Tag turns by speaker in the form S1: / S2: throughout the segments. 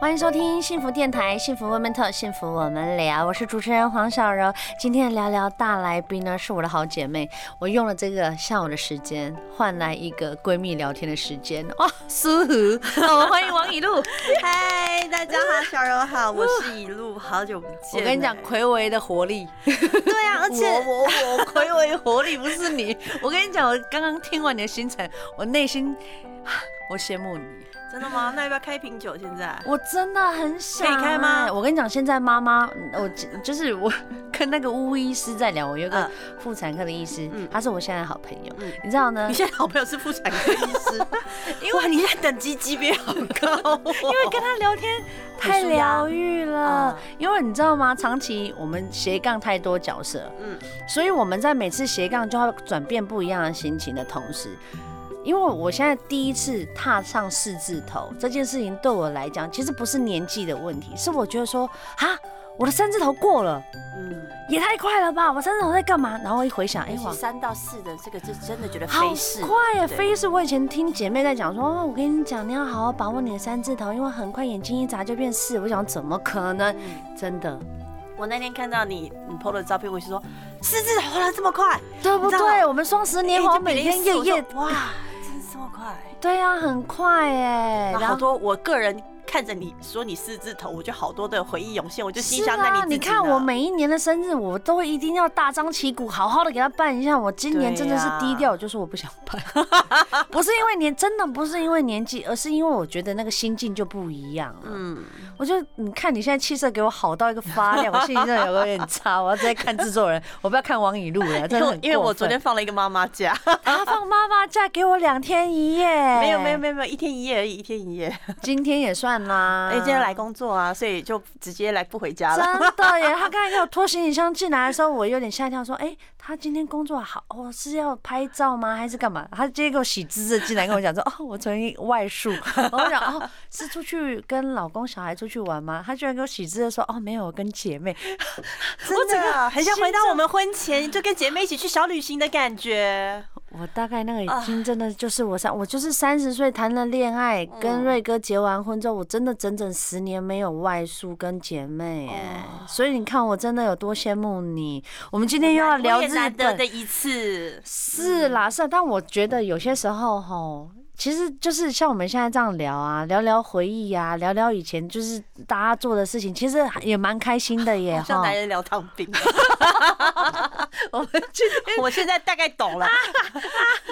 S1: 欢迎收听幸福电台《幸福 Women Talk》，幸福我们聊，我是主持人黄小柔。今天的聊聊大来宾呢，是我的好姐妹。我用了这个下午的时间，换来一个闺蜜聊天的时间，哇，舒服！那我们欢迎王以露。
S2: 嗨，大家好，小柔好，我是一路，好久不见。
S1: 我跟你讲，，葵维的活力，
S2: 对啊，而且
S1: 我我 我葵维的活力不是你。我跟你讲，我刚刚听完你的行程，我内心， 我羡慕你。
S2: 真的吗？那要不要开瓶酒？现在
S1: 我真的很想、
S2: 可以开吗
S1: 哎我跟你讲，现在妈妈，嗯我就就是我 跟那个巫医师在聊，我有一个
S2: 嗯
S1: 妇产科的医师，
S2: 嗯
S1: 他是我现在的好朋友，
S2: 嗯
S1: 你知道呢
S2: 你？现在好朋友是妇产科医师，因为你现在等级级别好高、
S1: 因为 跟他聊天太
S2: 舒压嗯
S1: 疗愈了，因为你知道吗？长期我们斜杠太多角色，
S2: 嗯
S1: 所以我们在每次斜杠就要转变不一样的心情的同时，因为我现在第一次踏上四字头这件事情，对我来讲其实不是年纪的问题，是我觉得说啊，我的三字头过了，
S2: 嗯，
S1: 也太快了吧！我三字头在干嘛？然后一回想，哎、
S3: 尤
S1: 我
S3: 其三到四的这个，就真的觉得
S1: 好
S3: 飞逝。
S1: 快呀！
S3: 对
S1: 飞是我以前听姐妹在讲说，哦，我跟你讲，你要好好把握你的三字头，因为很快眼睛一眨就变四。我想怎么可能？真的，
S2: 我那天看到你你 PO 的照片，我就说四字头了这么快，
S1: 对不
S2: 你知道
S1: 对？我们双十年华每天夜夜，
S2: 哇，真是这么快。
S1: 对啊，很快哎。
S2: 然后好多我个人看着你说你四字头，我就好多的回忆涌现，我就心
S1: 是
S2: 想那你
S1: 啊，
S2: 自己
S1: 你
S2: 呢
S1: 看我每一年的生日，我都一定要大张旗鼓，好好的给他办一下。我今年真的是低调，我就说我不想 办，不是因为年，真的不是因为年纪，而是因为我觉得那个心境就不一样了。
S2: 嗯，
S1: 我就你看你现在气色给我好到一个发亮，我心情真的有点差。我要再看制作人，我不要看王以露了，真的
S2: 因为
S1: 很
S2: 因为我昨天
S1: 过
S2: 放了一个妈妈假，
S1: 分他放妈妈假给我两天一夜，
S2: 没有没有没有没有一天一夜而已，一天一夜。
S1: 今天也算啦。
S2: 哎、今天来工作啊，所以就直接来不回家了。
S1: 真的耶！他刚才给我拖行李箱进来的时候，我有点吓一跳，说：“哎、他今天工作好，哦，是要拍照吗？还是干嘛？”他直接给我喜滋滋地进来跟我讲说：“哦，我昨天外宿。”然后我想：“哦，是出去跟老公小孩出去玩吗？”他居然给我喜滋的说：“哦，没有，我跟姐妹。”
S2: 我
S1: 真
S2: 整
S1: 的
S2: 个很像回到我们婚前就跟姐妹一起去小旅行的感觉。
S1: 我大概那个已
S2: 啊
S1: 经真的就是我三，我就是三十岁谈了恋爱，
S2: 嗯
S1: 跟瑞哥结完婚之后，我真的整整十年没有外宿跟姐
S2: 哦
S1: 妹哎，所以你看我真的有多羡慕你。我们今天又要聊
S2: 我也
S1: 日
S2: 难得嗯
S1: 本
S2: 的，一次，
S1: 是啦是啦，但我觉得有些时候吼。其实就是像我们现在这样聊啊，聊聊回忆啊，聊聊以前就是大家做的事情，其实也蛮开心的耶
S2: 像
S1: 哈。
S2: 男人聊当兵。
S1: 我们今天
S2: 我现在大概懂了，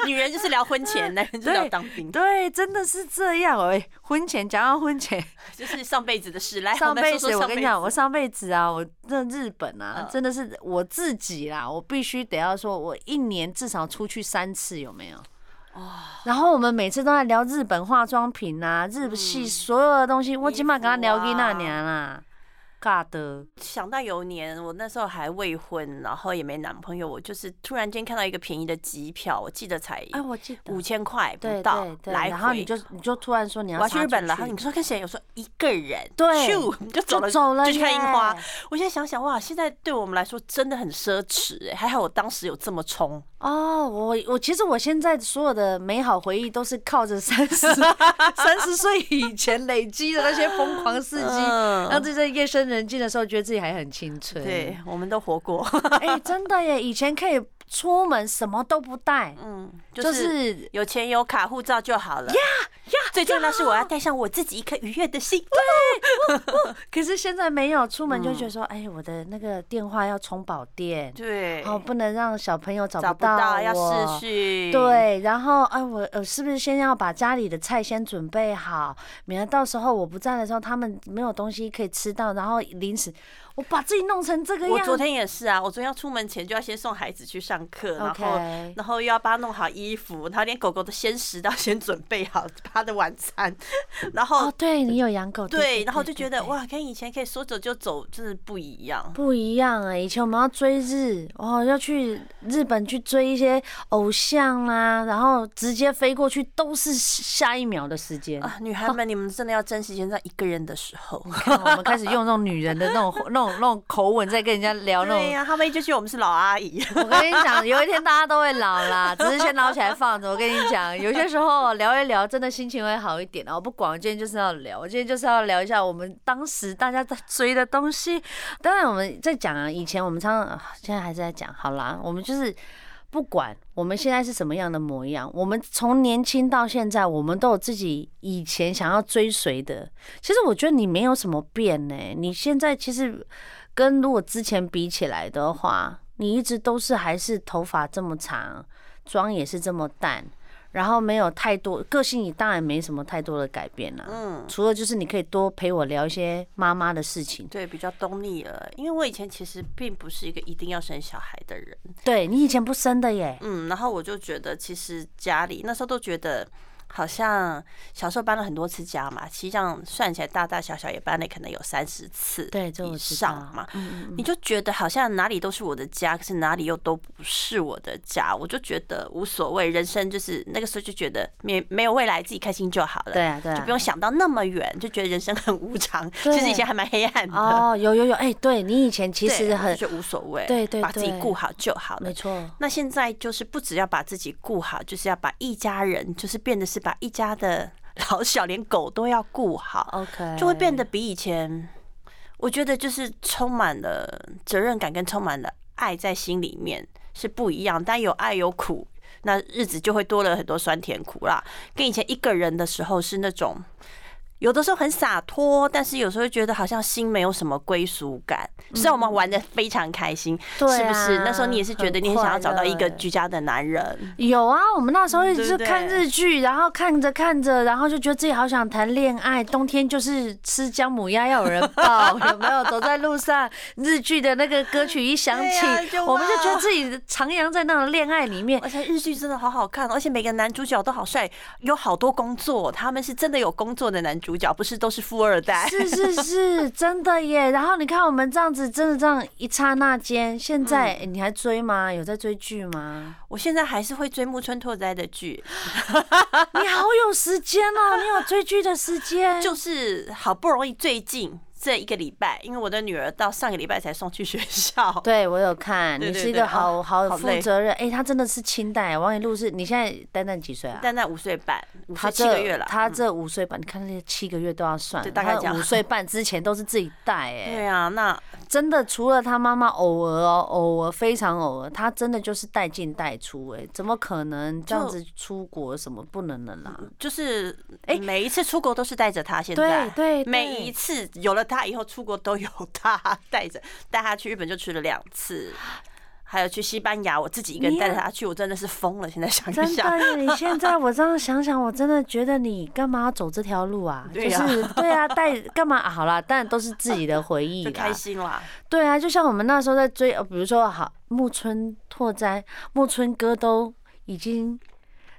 S2: 女人就是聊婚 前，男人就是聊当兵，
S1: 对，真的是这样哎、婚前讲到婚前，
S2: 就是上辈子的事。来，
S1: 上
S2: 哎我们
S1: 辈
S2: 说
S1: 子
S2: 说
S1: 我
S2: 上
S1: 跟
S2: 辈
S1: 你
S2: 子。
S1: 讲，我上辈子啊，我这日本啊，
S2: 嗯
S1: 真的是我自己啦，我必须得要说，我一年至少出去三次，有没有？然后我们每次都在聊日本化妆品啊、日
S2: 嗯
S1: 系所有的东西，我起码跟他
S2: 啊
S1: 聊给那年啦，尬的，
S2: 想到有年，我那时候还未婚，然后也没男朋友，我就是突然间看到一个便宜的机票，我记得才
S1: 哎，我记得
S2: 五，千块不
S1: 对
S2: 到
S1: 对，对，
S2: 来回。
S1: 然后你就你就突然说你要
S2: 我要去
S1: 杀
S2: 日本
S1: 出
S2: 了，他你说跟谁？我说一个人，
S1: 对
S2: 去我们就走
S1: 就
S2: 了，
S1: 走了
S2: 就去看樱花
S1: 耶。
S2: 我现在想想，哇，现在对我们来说真的很奢侈哎，还好我当时有这么冲，
S1: 哦，我我其实我现在所有的美好回忆都是靠着三十三十岁以前累积的那些疯 狂事迹，
S2: 嗯
S1: 让自己在夜深人静的时候觉得自己还很青春。
S2: 对，，我们都活过，
S1: 哎、真的耶，以前可以出门什么都不带，
S2: 嗯，
S1: 就
S2: 就是
S1: 是。
S2: 有钱有卡护照就好了。呀呀，最重要的是我要带上我自己一颗愉悦的心。
S1: 可是现在没有出门就觉得说，哎、我的那个电话要充饱电，
S2: 嗯对，
S1: 哦，不能让小朋友找
S2: 找
S1: 不
S2: 不
S1: 到
S2: 到要
S1: 我
S2: 试训，，
S1: 对，然后哎，我呃，是不是先要把家里的菜先准备好，免得到时候我不在的时候，他们没有东西可以吃到，然后零食，我把自己弄成这个样
S2: 我
S1: 子。
S2: 昨天也是啊，我昨天要出门前就要先送孩子去上课，然后
S1: OK
S2: 然后又要帮他弄好衣服，然后连狗 狗的鲜食都要先准备好，他的晚餐，然后、
S1: 哦，对你有养狗，
S2: 哦对对，然后就
S1: 对
S2: 觉
S1: 对
S2: 得
S1: 对
S2: 哇，跟以前可以说走就走，就是不一样。
S1: 不一样啊、以前我们要追日，哦，要去日本去追一些偶像啦、然后直接飞过去都是下一秒的时 间。
S2: 啊，女孩们，你们真的要珍惜现在一个人的时候。
S1: 看我们开始用那种女人的那种、 那种、那种口吻在跟人家聊那
S2: 对
S1: 种。
S2: 呀、他们一直觉得我们是老阿 姨。
S1: 我跟你讲，有一天大家都会老 啦，只是先捞起来放着。我跟你讲，有些时候聊一聊，真的心情会好一点啊。我不管，我今天就是要聊，我今天就是要聊一下我们当时大家在追的东西。当然，我们在讲啊，以前我们常常，啊现在还是在讲。好啦，我们就是。不管我们现在是什么样的模样，我们从年轻到现在，我们都有自己以前想要追随的。其实我觉得你没有什么变呢、你现在其实跟如果之前比起来的话，你一直都是还是头发这么长，妆也是这么淡，然后没有太多个性，你当然没什么太多的改变啦、
S2: 嗯，
S1: 除了就是你可以多陪我聊一些妈妈的事情。
S2: 对，比较懂你了。因为我以前其实并不是一个一定要生小孩的人。
S1: 对你以前不生的耶，
S2: 嗯，然后我就觉得，其实家里那时候都觉得，好像小时候搬了很多次家嘛，其实这样算起来大大小小也搬了可能有三十次
S1: 对，这
S2: 以
S1: 我知道
S2: 上嘛。
S1: 嗯嗯
S2: 你就觉得好像哪里都是我的家，可是哪里又都不是我的家，我就觉得无所谓，人生就是那个时候就觉得没没有未来，自己开心就好了，
S1: 对啊对啊，
S2: 就不用想到那么远，就觉得人生很无常。
S1: 对
S2: 其实以前还蛮黑暗的，
S1: 哦，有有有，哎、对你以前其
S2: 对
S1: 实
S2: 我
S1: 很
S2: 就觉得无所谓，
S1: 对对
S2: 把自己
S1: 对
S2: 顾好就好了
S1: 没。错，
S2: 那现在就是不只要把自己顾好，就是要把一家人，就是变得是把一家的老小，连狗都要顾好，
S1: OK，
S2: 就会变得比以前，我觉得就是充满了责任感跟充满了爱在心里面是不一样，但有爱有苦。那日子就会多了很多酸甜苦辣，跟以前一个人的时候是那种，有的时候很洒脱，但是有时候觉得好像心没有什么归属感。虽然我们玩的非常开心，
S1: 嗯对
S2: 是不是？
S1: 啊
S2: 那时候你也是觉得你很想要找到一个
S1: 快乐
S2: 居家的男人，
S1: 有啊，我们那时候一直
S2: 嗯对
S1: 是
S2: 不对
S1: 看日剧，然后看着看着，然后就觉得自己好想谈恋爱。冬天就是吃姜母鸭要有人抱， 有没有？走在路上，日剧的那个歌曲一响起，
S2: 对啊就
S1: 我们就
S2: 哇
S1: 觉得自己徜徉在那种恋爱里 面。
S2: 而且日剧真的好好看，哦而且每个男主角都好帅，有好多工作，他们是真的有工作的男主角，不是都是富二代。
S1: 是是是，真的耶。然后你看我们这样子，真的这样一刹那间，现
S2: 嗯
S1: 在、诶你还追吗？有在追剧吗？
S2: 我现在还是会追木村拓哉的剧，
S1: 你好有时间哦，你有追剧的时间。
S2: 就是好不容易最近这一个礼拜，因为我的女儿到上个礼拜才送去学校，
S1: 对，我有看，
S2: 对
S1: 你
S2: 对
S1: 是一
S2: 对
S1: 个
S2: 啊
S1: 好好
S2: 好
S1: 负
S2: 累
S1: 责任。哎，他真的是清代王以禄是，你现在丹丹几岁啊？
S2: 但那五岁半，五
S1: 他
S2: 岁七个月
S1: 这
S2: 了，
S1: 他
S2: 嗯
S1: 这五岁半，你看那些七个月都要算，
S2: 对大概这
S1: 他
S2: 样
S1: 五岁半之前都是自己带，哎，
S2: 对啊，那
S1: 真的除了他妈妈偶尔哦，偶尔非常偶尔，他真的就是带进带出，哎，怎么可能这样
S2: 就
S1: 子出国什么不能的啦？
S2: 就是
S1: 哎
S2: 每一次出国都是带着他，现在
S1: 对对，
S2: 每
S1: 对
S2: 一次有了他以后，出国都有他带着，带他去日本就去了两次，还有去西班牙，我自己一个人
S1: 你也
S2: 带着他去，我真的是疯了。现在想一
S1: 真
S2: 想，
S1: 的， 你现在我这样想想，我真的觉得你干嘛要走这条路啊？
S2: 对
S1: 就
S2: 啊
S1: 是对啊，带干嘛、啊？好啦，但都是自己的回忆
S2: 就
S1: 啦
S2: 开。心啦。
S1: 对啊，就像我们那时候在追，呃，比如说好木村拓哉、木村哥都已经。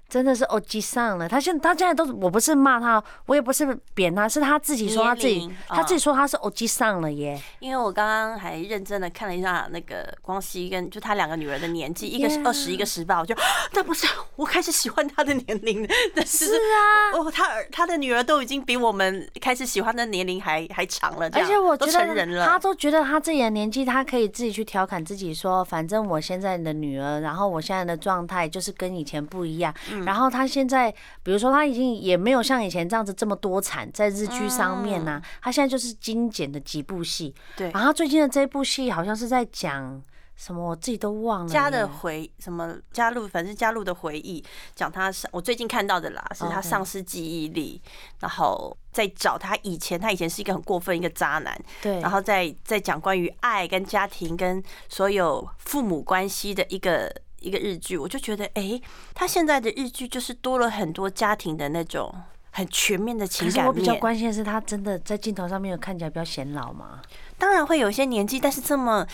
S1: 真的是哦，g 上了。他现他现在都是，我不是骂他，我也不是贬他，是他自己说他自
S2: 年
S1: 己
S2: 龄，
S1: 他自己
S2: 嗯
S1: 说他是哦，g 上了耶。
S2: 因为我刚刚还认真的看了一下那个光熙跟就他两个女儿的年纪，一个是
S1: Yeah
S2: 二十，一个十八，我就 那不是我开始喜欢他的年 龄了，但 是
S1: 是啊，
S2: 哦，他儿他的女儿都已经比我们开始喜欢的年龄还还长了，这
S1: 而
S2: 样
S1: 且我觉
S2: 都
S1: 得
S2: 成人
S1: 他
S2: 了，
S1: 都觉得他自己的年纪，他可以自己去调侃自己说，反正我现在的女儿，然后我现在的状态就是跟以前不一样。
S2: 嗯
S1: 然后他现在，比如说他已经也没有像以前这样子这么多产在日剧上面呐、他现在就是精简的几部戏。
S2: 嗯对
S1: 然后他最近的这部戏好像是在讲什么，我自己都忘了耶。
S2: 家的回什么加入，反正加入的回忆，讲他上我最近看到的啦，是他
S1: OK
S2: 丧失记忆力，然后再找他以前，他以前是一个很过分一个渣男，
S1: 对，
S2: 然后再再讲关于爱跟家庭跟所有父母关系的一个一个日剧，我就觉得哎、诶他现在的日剧就是多了很多家庭的那种很全面的情
S1: 可是
S2: 感
S1: 我比较
S2: 面，
S1: 关心的是，他真的在镜头上面有看起来比较显老吗？
S2: 当然会有一些年纪，但是这么。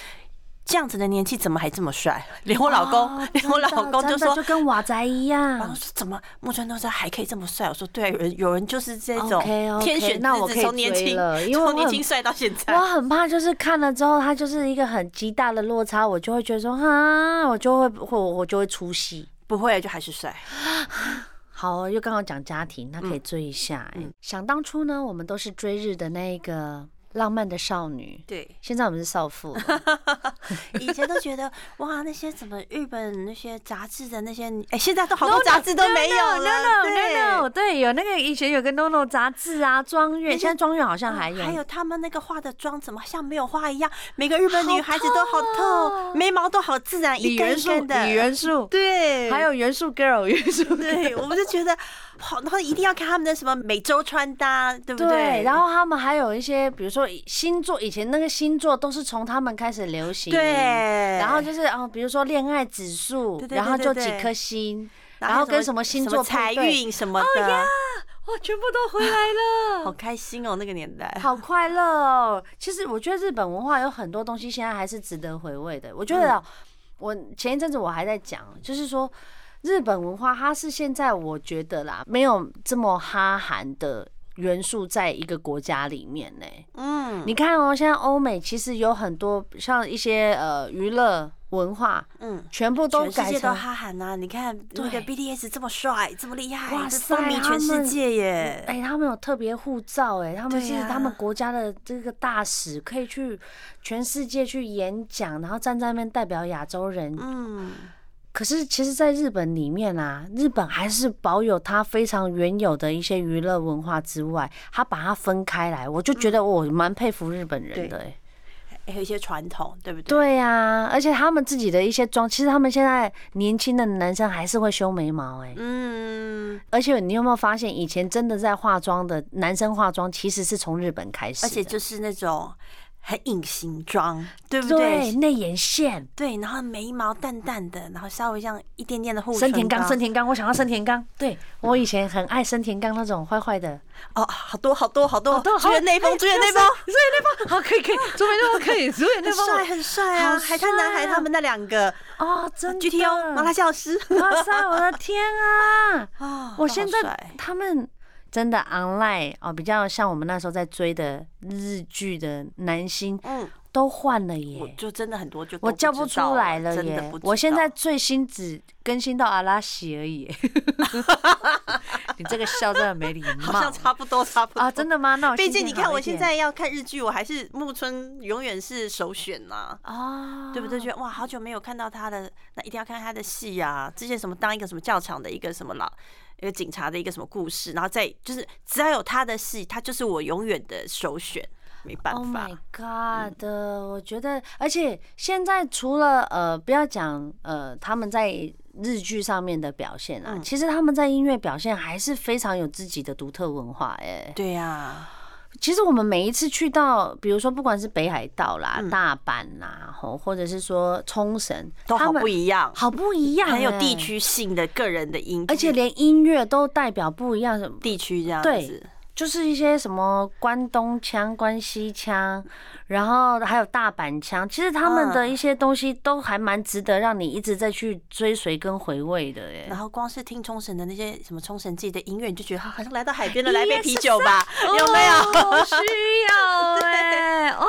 S2: 这样子的年纪怎么还这么帅？连我老公，
S1: 哦
S2: 连我老
S1: 真的
S2: 公就
S1: 真的
S2: 说哦
S1: 就，跟瓦仔一
S2: 然后
S1: 样。
S2: 说怎么木村拓哉还可以这么帅？我说对啊，有人有人就是这种
S1: OK，OK，
S2: 天选
S1: 那我
S2: 之
S1: 可
S2: 子，
S1: 以
S2: 从年
S1: 追
S2: 轻
S1: 了因为我
S2: 从年
S1: 很
S2: 轻帅到现在
S1: 我。很怕，就是看了之后，它就是一个很极大的落差，我就会觉得说，哈，我就会或我就会出戏。
S2: 不会，就还是帅。
S1: 好，又刚好讲家庭，那可以追一下、欸想当初呢，我们都是追日的那一个浪漫的少女，
S2: 对，
S1: 现在我们是少 妇了。
S2: 以前都觉得哇，那些什么日本那些杂志的那些，哎、现在都好多杂志都没有了。
S1: no no
S2: 对
S1: no，对，有那个以前有个 no no 杂志啊，庄园，
S2: 且
S1: 现在庄园好像还有，
S2: 哦还有他们那个化的妆，怎么像没有化一样？每个日本
S1: 好
S2: 女孩子都好
S1: 透哦
S2: 透，眉毛都好自然，
S1: 李
S2: 一根
S1: 元
S2: 一
S1: 素，
S2: 根的。
S1: 李元素，
S2: 对，
S1: 还有元素 girl 元素 girl，
S2: 对，我们就觉得好，然后一定要看他们的什么每周穿搭，对不
S1: 嗯对，然
S2: 后
S1: 后他们还有一些，比如说以星座，以前那个星座都是从他们开始流行，
S2: 对，，
S1: 然后就是哦，比如说恋爱指数
S2: 对，对对
S1: 然后就
S2: 对
S1: 几
S2: 对
S1: 颗星，
S2: 然
S1: 然后
S2: 后
S1: 跟什么星座
S2: 财
S1: 配对哦
S2: 运什么的，
S1: 哇，全部都回来了，
S2: 好开心哦，那个年代。
S1: 好快乐哦！其实我觉得日本文化有很多东西现在还是值得回味的。我觉得啊、我前一阵子我还在讲，就是说日本文化它是现在我觉得啦，没有这么哈韩的元素在一个国家里面呢、
S2: 嗯，
S1: 你看哦，现在欧美其实有很多像一些呃娱乐文化，
S2: 嗯，
S1: 全部都
S2: 全世
S1: 改
S2: 界都
S1: 成
S2: 哈韩呐、你看那个
S1: 对
S2: BTS 这么帅，这么厉害，
S1: 哇
S2: 这
S1: 塞
S2: 风靡全
S1: 他们
S2: 世界耶！
S1: 哎、他们有特别护照、哎，他们
S2: 对啊
S1: 是
S2: 呀
S1: 他们国家的这个大使，可以去全世界去演讲，然后站在那边代表亚洲人。
S2: 嗯，
S1: 可是其实，在日本里面啊，日本还是保有它非常原有的一些娱乐文化之外，它把它分开来，我就觉
S2: 嗯
S1: 得我蛮佩服日本人的、哎。
S2: 还有一些传统，对不对？
S1: 对呀、而且他们自己的一些妆，其实他们现在年轻的男生还是会修眉毛、哎，
S2: 嗯，
S1: 而且你有没有发现，以前真的在化妆的男生化妆，其实是从日本开始的，
S2: 而且就是那种很隐形妆，对不
S1: 对
S2: 对？
S1: 内眼线。
S2: 对，然后眉毛淡淡的，然后稍微像一点点的护唇
S1: 森田刚，
S2: 膏
S1: 森田刚，我想要森田刚。对我以前很爱森田刚那种坏坏的，
S2: 哦，好多好多好多
S1: 好多，哎
S2: 朱元内丰，朱元内丰，
S1: 主演那方好可以可以，主演 那方可以，主演
S2: 很帅很帅
S1: 好
S2: 啊！海滩男
S1: 帅
S2: 孩
S1: 啊
S2: 他们那两个
S1: 哦，真的
S2: GTO 麻辣教师
S1: 哇塞，我的天啊！
S2: 啊
S1: 我现
S2: 都好帅
S1: 在他们真的 online 哦，比较像我们那时候在追的日剧的男星
S2: 嗯，
S1: 都换了
S2: 我
S1: 耶。
S2: 就真的很多就都
S1: 我叫
S2: 不
S1: 不
S2: 知道啊
S1: 出来了
S2: 真的
S1: 耶
S2: 不！知
S1: 我现在
S2: 道
S1: 最新只更新到阿拉西而 已耶。你这个笑真的没礼貌。
S2: 好像差不多差不多
S1: 啊，真的吗？那我
S2: 毕
S1: 心
S2: 竟
S1: 情
S2: 你
S1: 好
S2: 看，
S1: 一
S2: 我现
S1: 点
S2: 在要看日剧，我还是木村永远是首选啊呐、
S1: 哦，
S2: 对不对？？觉得哇，好久没有看到他的，那一定要看他的戏啊。之前什么当一个什么教场的一个什么老一个警察的一个什么故事，然后再就是只要有他的戏，他就是我永远的首选，没办
S1: Oh
S2: 法嗯
S1: my。god！、我呃觉得，而且现在除了呃，不要讲呃，他们在日剧上面的表现啊，
S2: 嗯
S1: 其实他们在音乐表现还是非常有自己的独特文化、哎，
S2: 对呀、啊，
S1: 其实我们每一次去到，比如说不管是北海道啦、
S2: 嗯
S1: 大阪啦，吼，或者是说冲绳，
S2: 都
S1: 他
S2: 好
S1: 们
S2: 不一样，
S1: 好不一样、
S2: 很有
S1: 哎
S2: 地，区性的个人的音，
S1: 而且连音乐都代表不一样，
S2: 地区这样
S1: 对
S2: 子。
S1: 就是一些什么关东腔、关西腔，然后还有大阪腔，其实他们的一些东西都还蛮值得让你一直在去追随跟回味的耶
S2: 然。后光是听冲绳的那些什么冲绳记的音乐，你就觉得啊好像来到海 边了，来杯啤酒
S1: 啊
S2: 吧，有没有？
S1: 有？需要哎，哇！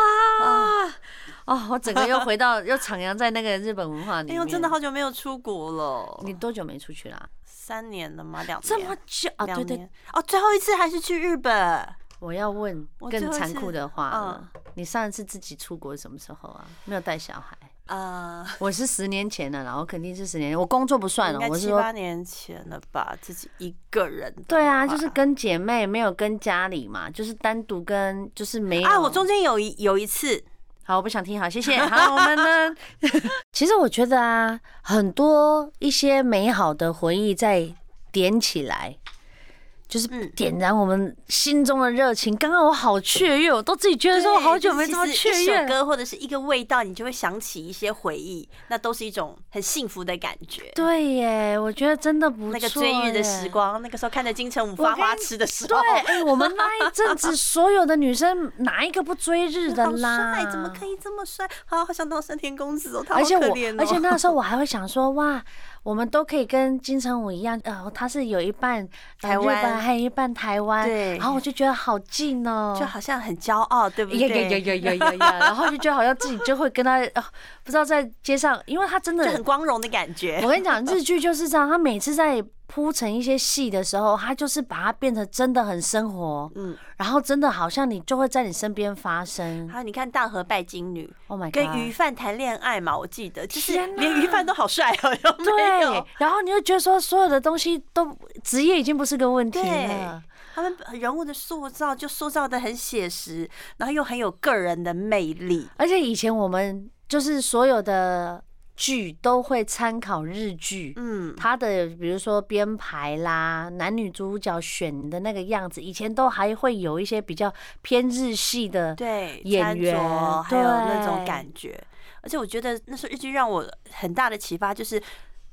S1: 哦，我整个又回到又徜徉在那个日本文化里
S2: 哎
S1: 面。
S2: 呦，真的好久没有出国了，
S1: 你多久没出去啊啦？
S2: 三年了吗？两年
S1: 这么久啊？对
S2: 两
S1: 对，
S2: 年哦，最后一次还是去日本，
S1: 我要问
S2: 我最
S1: 更
S2: 后一
S1: 残
S2: 次嗯
S1: 酷的话了。你上一次自己出国什么时候啊？没有带小孩？
S2: 呃，
S1: 我是十年前的啦，我肯定是十年前，我工作不算
S2: 应
S1: 了，
S2: 该
S1: 我是
S2: 七
S1: 说
S2: 八，年前了吧，自己一个人的话。
S1: 对啊，就是跟姐妹，没有跟家里嘛，就是单独跟，就是没有。
S2: 啊，我中间有一有一次，
S1: 好，我不想听，好， 谢谢。好，我们呢？其实我觉得啊，很多一些美好的回忆在点起来，就是
S2: 嗯
S1: 点燃我们心中的热情。刚刚我好雀跃，我都自己觉得说我好久没这么雀
S2: 一
S1: 跃
S2: 首
S1: 了。
S2: 歌或者是一个味道，你就会想起一些回忆，那都是一种很幸福的感觉。
S1: 对耶，我觉得真的不错。
S2: 那个追日的时。光，那个时候看着金城武发花痴的时
S1: 对，
S2: 候，
S1: 哎、我们那一阵 子所有的女生哪一个不追日的
S2: 好
S1: 啦？
S2: 帅，怎么可以这么帅？好好想当山田公子哦，他 好
S1: 而且
S2: 可
S1: 我
S2: 怜哦。，
S1: 而且那时候我还会想说，哇，我们都可以跟金城武一样，呃，他是有一半、呃
S2: 台
S1: 日
S2: 湾
S1: 本，还有一半台湾，
S2: 对
S1: 然后我就觉得好近哦，
S2: 就好像很骄傲，对不
S1: 有
S2: 对？
S1: 有有有有有有，然后就觉得好像自己就会跟他，呃、不知道在街上，因为他真的
S2: 就很光荣的感觉
S1: 我。跟你讲，日剧就是这样，他每次在铺成一些戏的时候，他就是把它变成真的很生活，
S2: 嗯，
S1: 然后真的好像你就会在你身边发生。
S2: 还有你看大和拜金女
S1: 嗯 Oh my
S2: 啊跟鱼
S1: god！
S2: 贩谈恋爱嘛，我记得就是
S1: 天哪
S2: 连鱼贩都好帅哦，有没
S1: 对
S2: 有？，
S1: 然后你就觉得说，所有的东西都职业已经不是个问题了
S2: 对。他们人物的塑造就塑造的很写实，然后又很有个人的魅力。
S1: 而且以前我们就是所有的剧都会参考日剧，
S2: 嗯，
S1: 它的比如说编排啦，男女主角选的那个样子，以前都还会有一些比较偏日系的
S2: 对，
S1: 演
S2: 穿着
S1: 员
S2: 还有那种
S1: 对
S2: 感觉。而且我觉得那时候日剧让我很大的启发就是。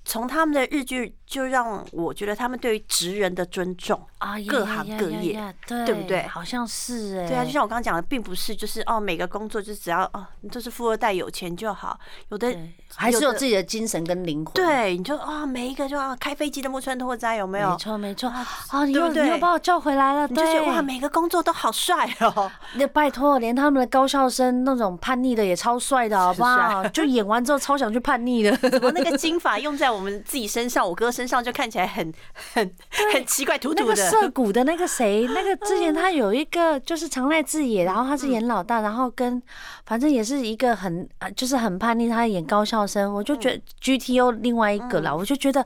S2: 从他们的日剧，就让我觉得他们对于职人的尊重，
S1: 啊，呀
S2: 各
S1: 呀
S2: 行
S1: 呀
S2: 各
S1: 呀
S2: 业
S1: 呀对
S2: 对不对
S1: 好像是哎、
S2: 对啊，就像我刚刚讲的，并不是就是哦，每个工作就只要哦，你就是富二代有钱就好，有的
S1: 对还是有
S2: 的
S1: 自己的精神跟灵魂。，
S2: 对，你就啊、每一个就啊，开飞机的木村拓哉有没有？
S1: 没错没错。
S2: 啊
S1: 啊，你
S2: 对
S1: 又
S2: 不
S1: 你又
S2: 对
S1: 把我叫回来了，
S2: 你就觉
S1: 对
S2: 得哇，每个工作都好帅哦。
S1: 那拜托，连他们的高校生那种叛逆的也超帅的，好不 好？就演完之后超想去叛逆的，
S2: 怎么那个金发用在我们自己身上，我哥身上就看起来很很很奇怪，土
S1: 那
S2: 土
S1: 个
S2: 的。啊
S1: 涩谷的那个谁，那个之前他有一个就是长濑智也，然后他是演老大，然后跟反正也是一个很啊就是很叛逆，他演高校生，我就觉
S2: 嗯
S1: 得 GTO 另外一个啦，我就觉得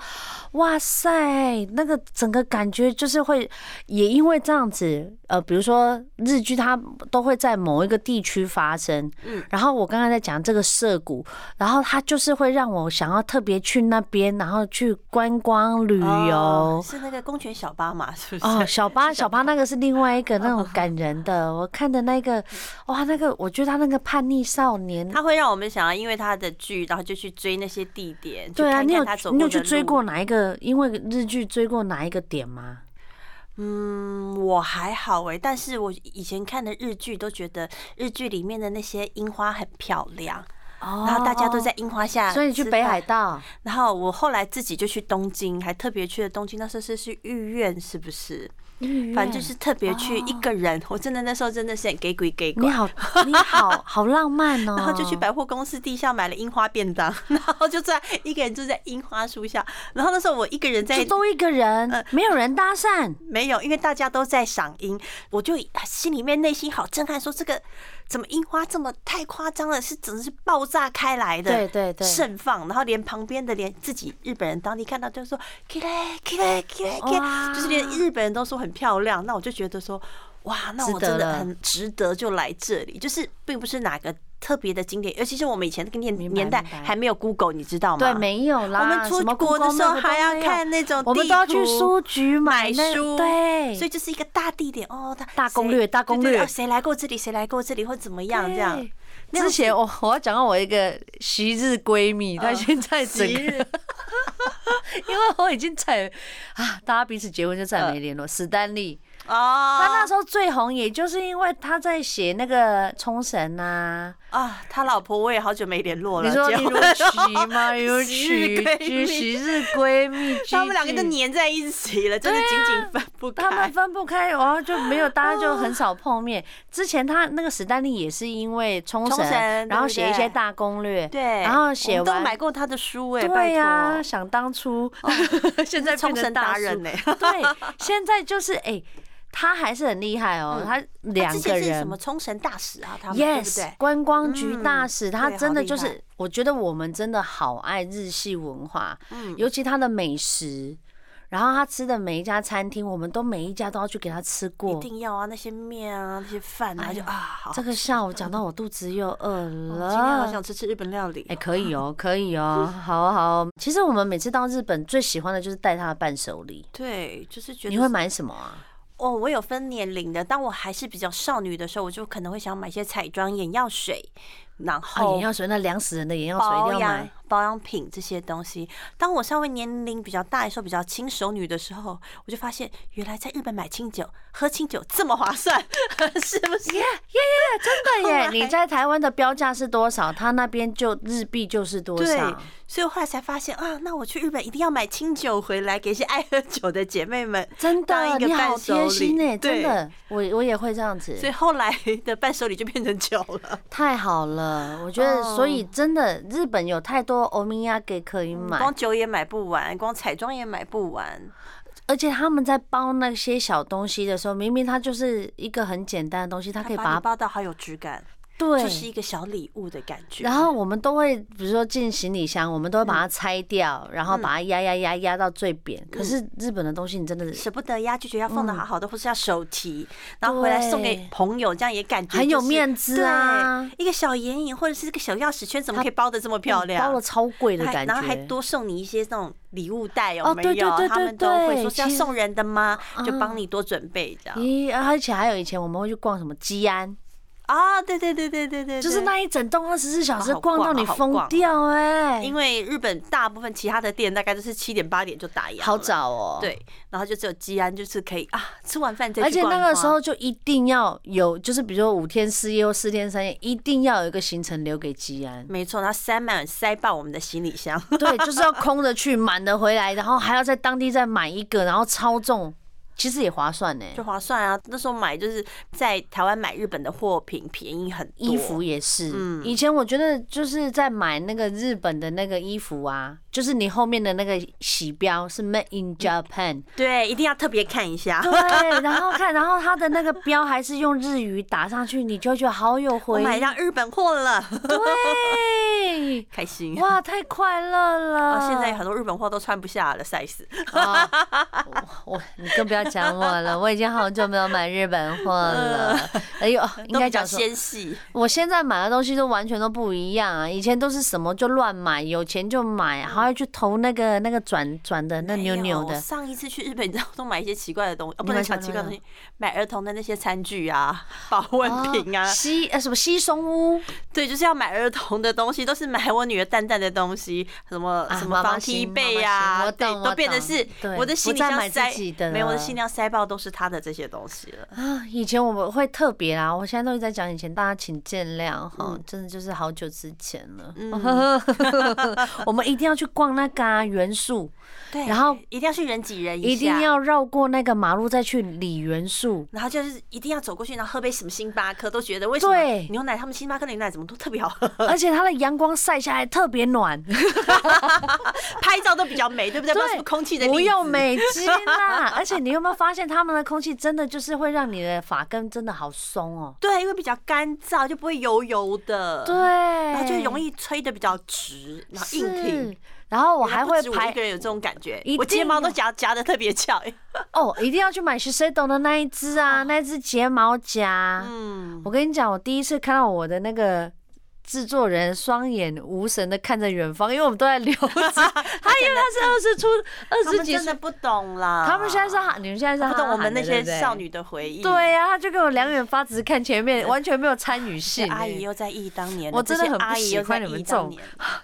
S1: 哇塞，那个整个感觉就是会也因为这样子，呃，比如说日剧它都会在某一个地区发生，
S2: 嗯
S1: 然后我刚才在讲这个涩谷，然后它就是会让我想要特别去那边，然后去观光旅游。
S2: 哦是那个公权小巴嘛？是不
S1: 哦，
S2: 是？
S1: 小巴小巴那个是另外一个那
S2: 哦
S1: 种感人的，我看的那个，哇，那个我觉得他那个叛逆少年，
S2: 他会让我们想要因为他的剧，然后就去追那些地点，
S1: 对啊，
S2: 去
S1: 你有
S2: 看看他走
S1: 你有
S2: 的
S1: 去追
S2: 路
S1: 过？哪一个？因为日剧追过哪一个点吗？
S2: 嗯，我还好哎、但是我以前看的日剧都觉得日剧里面的那些樱花很漂亮，
S1: 哦
S2: 然后大家都在，樱花下，
S1: 所以你去北海。道，
S2: 然后我后来自己就去东京，还特别去了东京，那时候是是御苑，是不是？反正就是特别去一个人，我真的那时候真的是很给鬼给鬼
S1: 哦你。好，你好好浪漫哦，
S2: 嗯然后就去百货公司地下买了樱花便当， 然后就在一个人住在樱花树下。然后那时候我一个人在呃
S1: 就都一个人，没有人搭讪，
S2: 没有，因为大家都在赏樱，我就心里面内心好震撼，说这个怎么樱花这么太夸张了，是整个是爆炸开来的，
S1: 对对对
S2: 盛放，然后连旁边的连自己日本人当地看到就说 k i k i k i k i
S1: 哇
S2: 就是连日本人都说很漂亮，那我就觉得说哇，那我
S1: 值得
S2: 真
S1: 了
S2: 的很值得就来这里，就是并不是哪个特别的景点，尤其是我们以前那个
S1: 明
S2: 年
S1: 白
S2: 年代
S1: 明白
S2: 还没有 Google，你知道吗？
S1: 对，没有啦，
S2: 我们出
S1: 什么
S2: 国的
S1: Google
S2: 时候
S1: Map 都
S2: 还要
S1: 没有
S2: 看那种
S1: 我们都要去
S2: 地图
S1: 书局
S2: 买
S1: 那
S2: 书，
S1: 对，
S2: 所以就是一个大地点哦，大
S1: 大攻略大攻略
S2: 谁来过这里，谁来过这里，或怎么样这样
S1: 对。
S2: 那样
S1: 之前我我要讲到我一个昔日闺蜜，她现在整
S2: 昔
S1: 个，
S2: 日
S1: 因为我已经再啊，大家彼此结婚就再也没联络。史丹利，他那
S2: 哦，
S1: 时候最红，也就是因为他在写那个《冲绳》呐。
S2: 啊，他老婆我也好久没联络了，
S1: 你说
S2: 结
S1: 你如
S2: 婚了
S1: 曲吗？如
S2: 昔
S1: 曲
S2: 日闺
S1: 居
S2: 蜜
S1: 昔日闺蜜，
S2: 他们两个
S1: 居
S2: 就
S1: 居
S2: 黏在一起了，真的紧紧分不
S1: 他们
S2: 开。
S1: 分不开，然后就没有，大家就很少碰面。之前他那个史丹利也是因为冲绳
S2: 冲绳，
S1: 然后
S2: 对不
S1: 写一
S2: 对
S1: 些大攻略，
S2: 对，
S1: 然后写
S2: 我们
S1: 完
S2: 都买过他的书哎，
S1: 对呀、
S2: 呀，
S1: 想当初，
S2: 哦
S1: 现在变
S2: 冲
S1: 成
S2: 绳
S1: 大
S2: 达
S1: 叔
S2: 人 呢。
S1: 对，现在就是哎、他还是很厉害哦，
S2: 嗯
S1: 他两个
S2: 之前是什
S1: 人
S2: 么。冲绳大使啊？他们对不
S1: Yes，
S2: 对？
S1: 观光局大
S2: 嗯
S1: 使，他
S2: 对
S1: 真
S2: 好
S1: 的
S2: 厉
S1: 就
S2: 害
S1: 是，我觉得我们真的好爱日系文化，
S2: 嗯
S1: 尤其它的美食。然后他吃的每一家餐厅，我们都每一家都要去给他吃
S2: 一
S1: 过。
S2: 定要啊，那些面啊，那些饭啊，
S1: 哎
S2: 就
S1: 呀
S2: 啊，好
S1: 这个下午讲到我肚子又饿
S2: 哦今天好
S1: 了。
S2: 想吃吃日本料理
S1: 哎、。可以哦，可以 哦，好哦好哦。其实我们每次到日本，最喜欢的就是带他的伴手礼。
S2: 对，就是觉得
S1: 你会买什么啊？
S2: 哦，我有分年龄的。当我还是比较少女的时候，我就可能会想买一些彩妆、眼药水，然
S1: 啊，
S2: 后
S1: 眼药水，那凉死人的眼药水一
S2: 保
S1: 定要
S2: 养
S1: 买。、
S2: 保养品这些东西。当我稍微年龄比较大的时候，比较轻熟女的时候，我就发现原来在日本买清酒、喝清酒这么划算， 是不是？
S1: 对耶， 你在台湾的标价是多少？他那边就日币就是多
S2: 对
S1: 少？
S2: 所以我后来才发现啊，那我去日本一定要买清酒回来给一些爱喝酒的姐妹们。
S1: 真
S2: 当
S1: 的，
S2: 一个
S1: 你好
S2: 伴手
S1: 贴心
S2: 礼
S1: 哎，真
S2: 对
S1: 的，我我也会这样子
S2: 所。以后来的伴手礼就变成酒了，
S1: 太好了，我觉得，
S2: 哦
S1: 所以真的日本有太多欧米亚给可以买
S2: 光，酒也买不完，光彩妆也买不完。
S1: 而且他们在包那些小东西的时候，明明它就是一个很简单的东西，它可以
S2: 把
S1: 把
S2: 你
S1: 它
S2: 包到好有质感，
S1: 对
S2: 就，是一个小礼物的感觉。
S1: 然后我们都会，比如说进行李箱，我们都
S2: 嗯
S1: 会把它拆掉，然后把它压压压压到最扁。可是日本的东西，你真的
S2: 舍不得呀，就觉得要放的好好的，或是要手提，然后回来送
S1: 嗯
S2: 给
S1: 对
S2: 朋友，这样也感觉
S1: 很有
S2: 就是
S1: 面子啊，
S2: 对一个小眼影或者是这个小钥匙圈，怎么可以包的这么漂亮？
S1: 包了超贵的
S2: 还
S1: 感觉，
S2: 然后还多送你一些那种礼物袋，有
S1: 哦
S2: 没
S1: 对对
S2: 有？啊
S1: 对
S2: 他
S1: 对
S2: 们都会
S1: 对
S2: 说是要
S1: 其实
S2: 送人的吗？就
S1: 啊
S2: 帮你多准备这样。
S1: 咦，而且还有以前我们会去逛什么基安，
S2: 啊，对对对对对对，
S1: 就是
S2: 对。
S1: 那一整栋二十四小时
S2: 好好
S1: 逛
S2: 逛
S1: 到你
S2: 好
S1: 疯
S2: 逛
S1: 掉哎、
S2: 因为日本大部分其他的店大概都是七点八点就打烊，
S1: 好。早哦。。
S2: 对，然后就只有吉安就是可以啊，吃完饭再
S1: 而
S2: 去
S1: 且
S2: 逛
S1: 那
S2: 一
S1: 个
S2: 逛。
S1: 时候就一定要有，就是比如说五天四夜或四天三夜，一定要有一个行程留给吉安
S2: 没错，然后塞满塞爆我们的行李箱。
S1: 对，就是要空着去，满的回来，然后还要在当地再买一个，然后超重，其实也划算呢、欸
S2: 就划算啊！那时候买就是在台湾买日本的货品，便宜很多。
S1: 衣服也是，以前我觉得就是在买那个日本的那个衣服啊，就是你后面的那个洗标是 Made in Japan，
S2: 对，一定要特别看一 下。
S1: 对，然后看，然后它的那个标还是用日语打上去，你就会觉得好有
S2: 我
S1: 回忆。
S2: 买到日本货了，
S1: 对，哦
S2: 开心。
S1: 哇，太快乐了！
S2: 啊，现 在很多日本货都穿不下了 size。
S1: 啊我我你更不要讲我了，我已经好久没有买日本货 了。哎呦，应
S2: 都
S1: 该
S2: 比较
S1: 讲说，
S2: 纤细，
S1: 我现在买的东西都完全都不一样啊！以前都是什么就乱买，有钱就买，还会去投那个那个转转的那扭
S2: 没
S1: 扭
S2: 有
S1: 的。
S2: 哎上一次去日本，你知道都买一些奇怪的东西，哦，
S1: 你
S2: 不能
S1: 买
S2: 讲
S1: 什么
S2: 奇怪的
S1: 东
S2: 东
S1: 西
S2: 西，买儿童的那些餐具啊、保温瓶啊，
S1: 西呃什么西松屋，
S2: 对，就是要买儿童的东西，都是买我女儿蛋蛋的东西，什么
S1: 啊
S2: 什
S1: 妈妈
S2: 么防踢
S1: 心
S2: 被
S1: 妈妈
S2: 呀、
S1: 心我
S2: 对
S1: 懂，
S2: 都
S1: 我
S2: 变得
S1: 懂
S2: 是
S1: 对
S2: 我的行
S1: 不
S2: 李
S1: 再
S2: 箱
S1: 买自
S2: 塞
S1: 己的
S2: 没有我的
S1: 了
S2: 行李箱塞爆都是她的这些东西了。
S1: 啊，以前我们会特别啦，我现在都一直在讲以前，大家请见谅哈，
S2: 嗯
S1: 真的就是好久之前了。 我们一定要去逛那个啊元素，
S2: 对，
S1: 然后
S2: 一定要去人挤人
S1: 一定
S2: 下，
S1: 要绕过那个马路再去里元素。
S2: 然后就是一定要走过去，然后喝杯什么星巴克，都觉得为什么
S1: 对
S2: 牛奶他们星巴克的牛奶怎么都特别好喝，
S1: 而且它的阳光晒下来特别暖，
S2: 拍照都比较美，对不对？不知道是不是空气的
S1: 不
S2: 例
S1: 用
S2: 子。
S1: 美肌 啦。而且你有没有发现，他们的空气真的就是会让你的发根真的好松哦？
S2: 对，因为比较干燥，就不会油油的，
S1: 对，，
S2: 然哦后就容
S1: 易
S2: 易吹的比较直，然后硬挺。。
S1: 然后我还会
S2: 不止我
S1: 排
S2: 一个人有这种感觉
S1: 一，
S2: 我睫
S1: 定
S2: 毛
S1: 有
S2: 都夹夹的特别翘。哎
S1: 哦，一定要去买 Shiseido 的那一只啊，那一只睫毛夹。
S2: 哦嗯，
S1: 我跟你讲，我第一次看到我的那个制作人双眼无神的看着远方，因为我们都在流 着，他以为他是二十出二
S2: 他
S1: 十
S2: 们
S1: 几
S2: 真
S1: 岁
S2: 的，不懂啦。
S1: 他们现在是哈你们现在是
S2: 不懂
S1: 哈
S2: 我
S1: 韩
S2: 们
S1: 的
S2: 那些
S1: 对不对
S2: 少女的回忆。
S1: 对呀、他就跟我两眼发直看前面，完全没有参与性、
S2: 阿姨
S1: 欸
S2: 又在忆当年了，
S1: 我真的
S2: 这些
S1: 很不
S2: 阿姨
S1: 喜
S2: 又在
S1: 欢你们
S2: 忆
S1: 这种
S2: 当年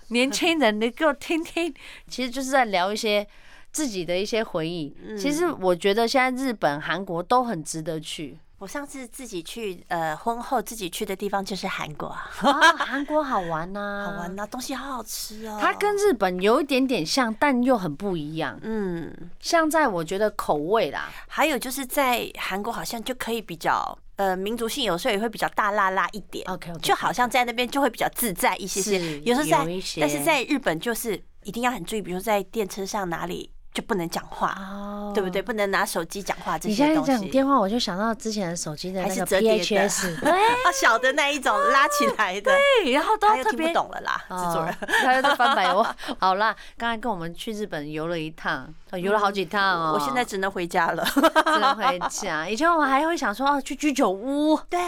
S1: 年轻人，你给我听听，其实就是在聊一些自己的一些回忆。其实我觉得现在日本、韩国都很值得去。
S2: 我上次自己去，呃，婚后自己去的地方就是韩国啊，
S1: 啊，韩国好玩啊呐、
S2: 好玩呐、啊东西好好吃哦。
S1: 嗯它跟日本有一点点像，但又很不一样。
S2: 嗯，
S1: 像在我觉得口味啦，
S2: 还有就是在韩国好像就可以比较，呃，民族性有时候也会比较大辣辣一点
S1: OK，OK，
S2: 就好像在那边就会比较自在一些些
S1: 是，
S2: 有时候在
S1: 有一些
S2: 但是在日本就是一定要很注意，比如说在电车上哪里。就不能讲话，
S1: 哦
S2: 对不对？？不能拿手机讲话这
S1: 你
S2: 些
S1: 现在
S2: 东
S1: 讲
S2: 西。
S1: 电话，我就想到之前手机的
S2: 还
S1: 那
S2: 是
S1: 个
S2: 折叠的
S1: PHS，
S2: 啊，小的那一种拉起来的，
S1: 哎对，然后都
S2: 他
S1: 要
S2: 又
S1: 特
S2: 听
S1: 别
S2: 不懂了啦，制作人。
S1: 哦，他又在翻白眼。 我好啦，刚才跟我们去日本游了一趟，哦游了好几趟哦。
S2: 嗯我 现在只能回家了。
S1: 只能回家。以前我们还会想说，哦，去居酒 屋，
S2: 对，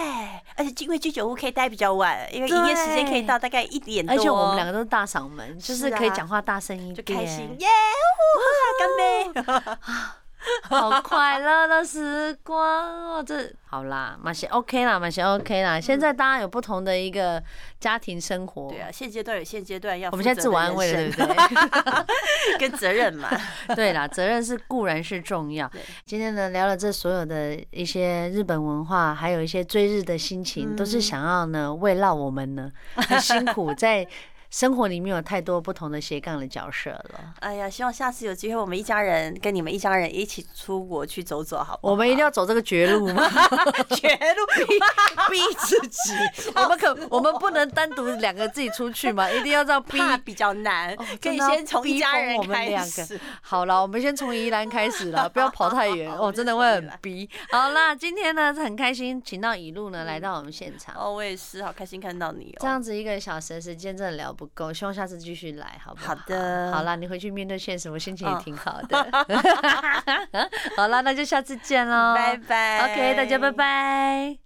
S2: 而且因为居酒屋可以待比较晚，因为营业时间可以到大概一点多，
S1: 而且我们两个都是大嗓门，就是是可以
S2: 啊
S1: 讲话大声一
S2: 就
S1: 点，
S2: 开心， 耶，呼 哈干杯！
S1: 好快乐的时光哦。这好啦，蛮些 OK 啦，蛮些 OK 啦。现在大家有不同的一个家庭生活，
S2: 对啊，现阶段有现阶段要
S1: 我们现在自我安慰了，对不对？
S2: 对？跟责任嘛，
S1: 对啦，责任是固然是重要
S2: 对。
S1: 今天呢，聊了这所有的一些日本文化，还有一些追日的心情，都是想要呢慰劳我们 呢，很辛苦在。生活里面有太多不同的斜杠的角色 了，
S2: 哎呀，希望下次有机会，我们一家人跟你们一家人一起出国去走走，好不 好？
S1: 我们一定要走这个绝路吗？
S2: 绝路
S1: 逼自己， 我们可我们不能单独两个自己出去 嘛，一定要这样逼。
S2: 怕比较难，可
S1: 哦真
S2: 以
S1: 的要啊
S2: 先从一
S1: 逼
S2: 家
S1: 疯
S2: 人
S1: 我们
S2: 开
S1: 两
S2: 始
S1: 个。好了，我们先从宜兰开始 了，不要跑太远，哦，真的会很逼。好啦，今天呢很开心，请到一路呢来到我们现场，
S2: 哦，我也是，好开心看到你
S1: 这
S2: 哦。
S1: 样子一个小时的时间真的聊不够，希望下次继续来，好不好？
S2: 好的哦
S1: 好啦，你回去面对现实，我心情也挺好 的。好啦，那就下次见喽，
S2: 拜拜
S1: OK，大家拜拜。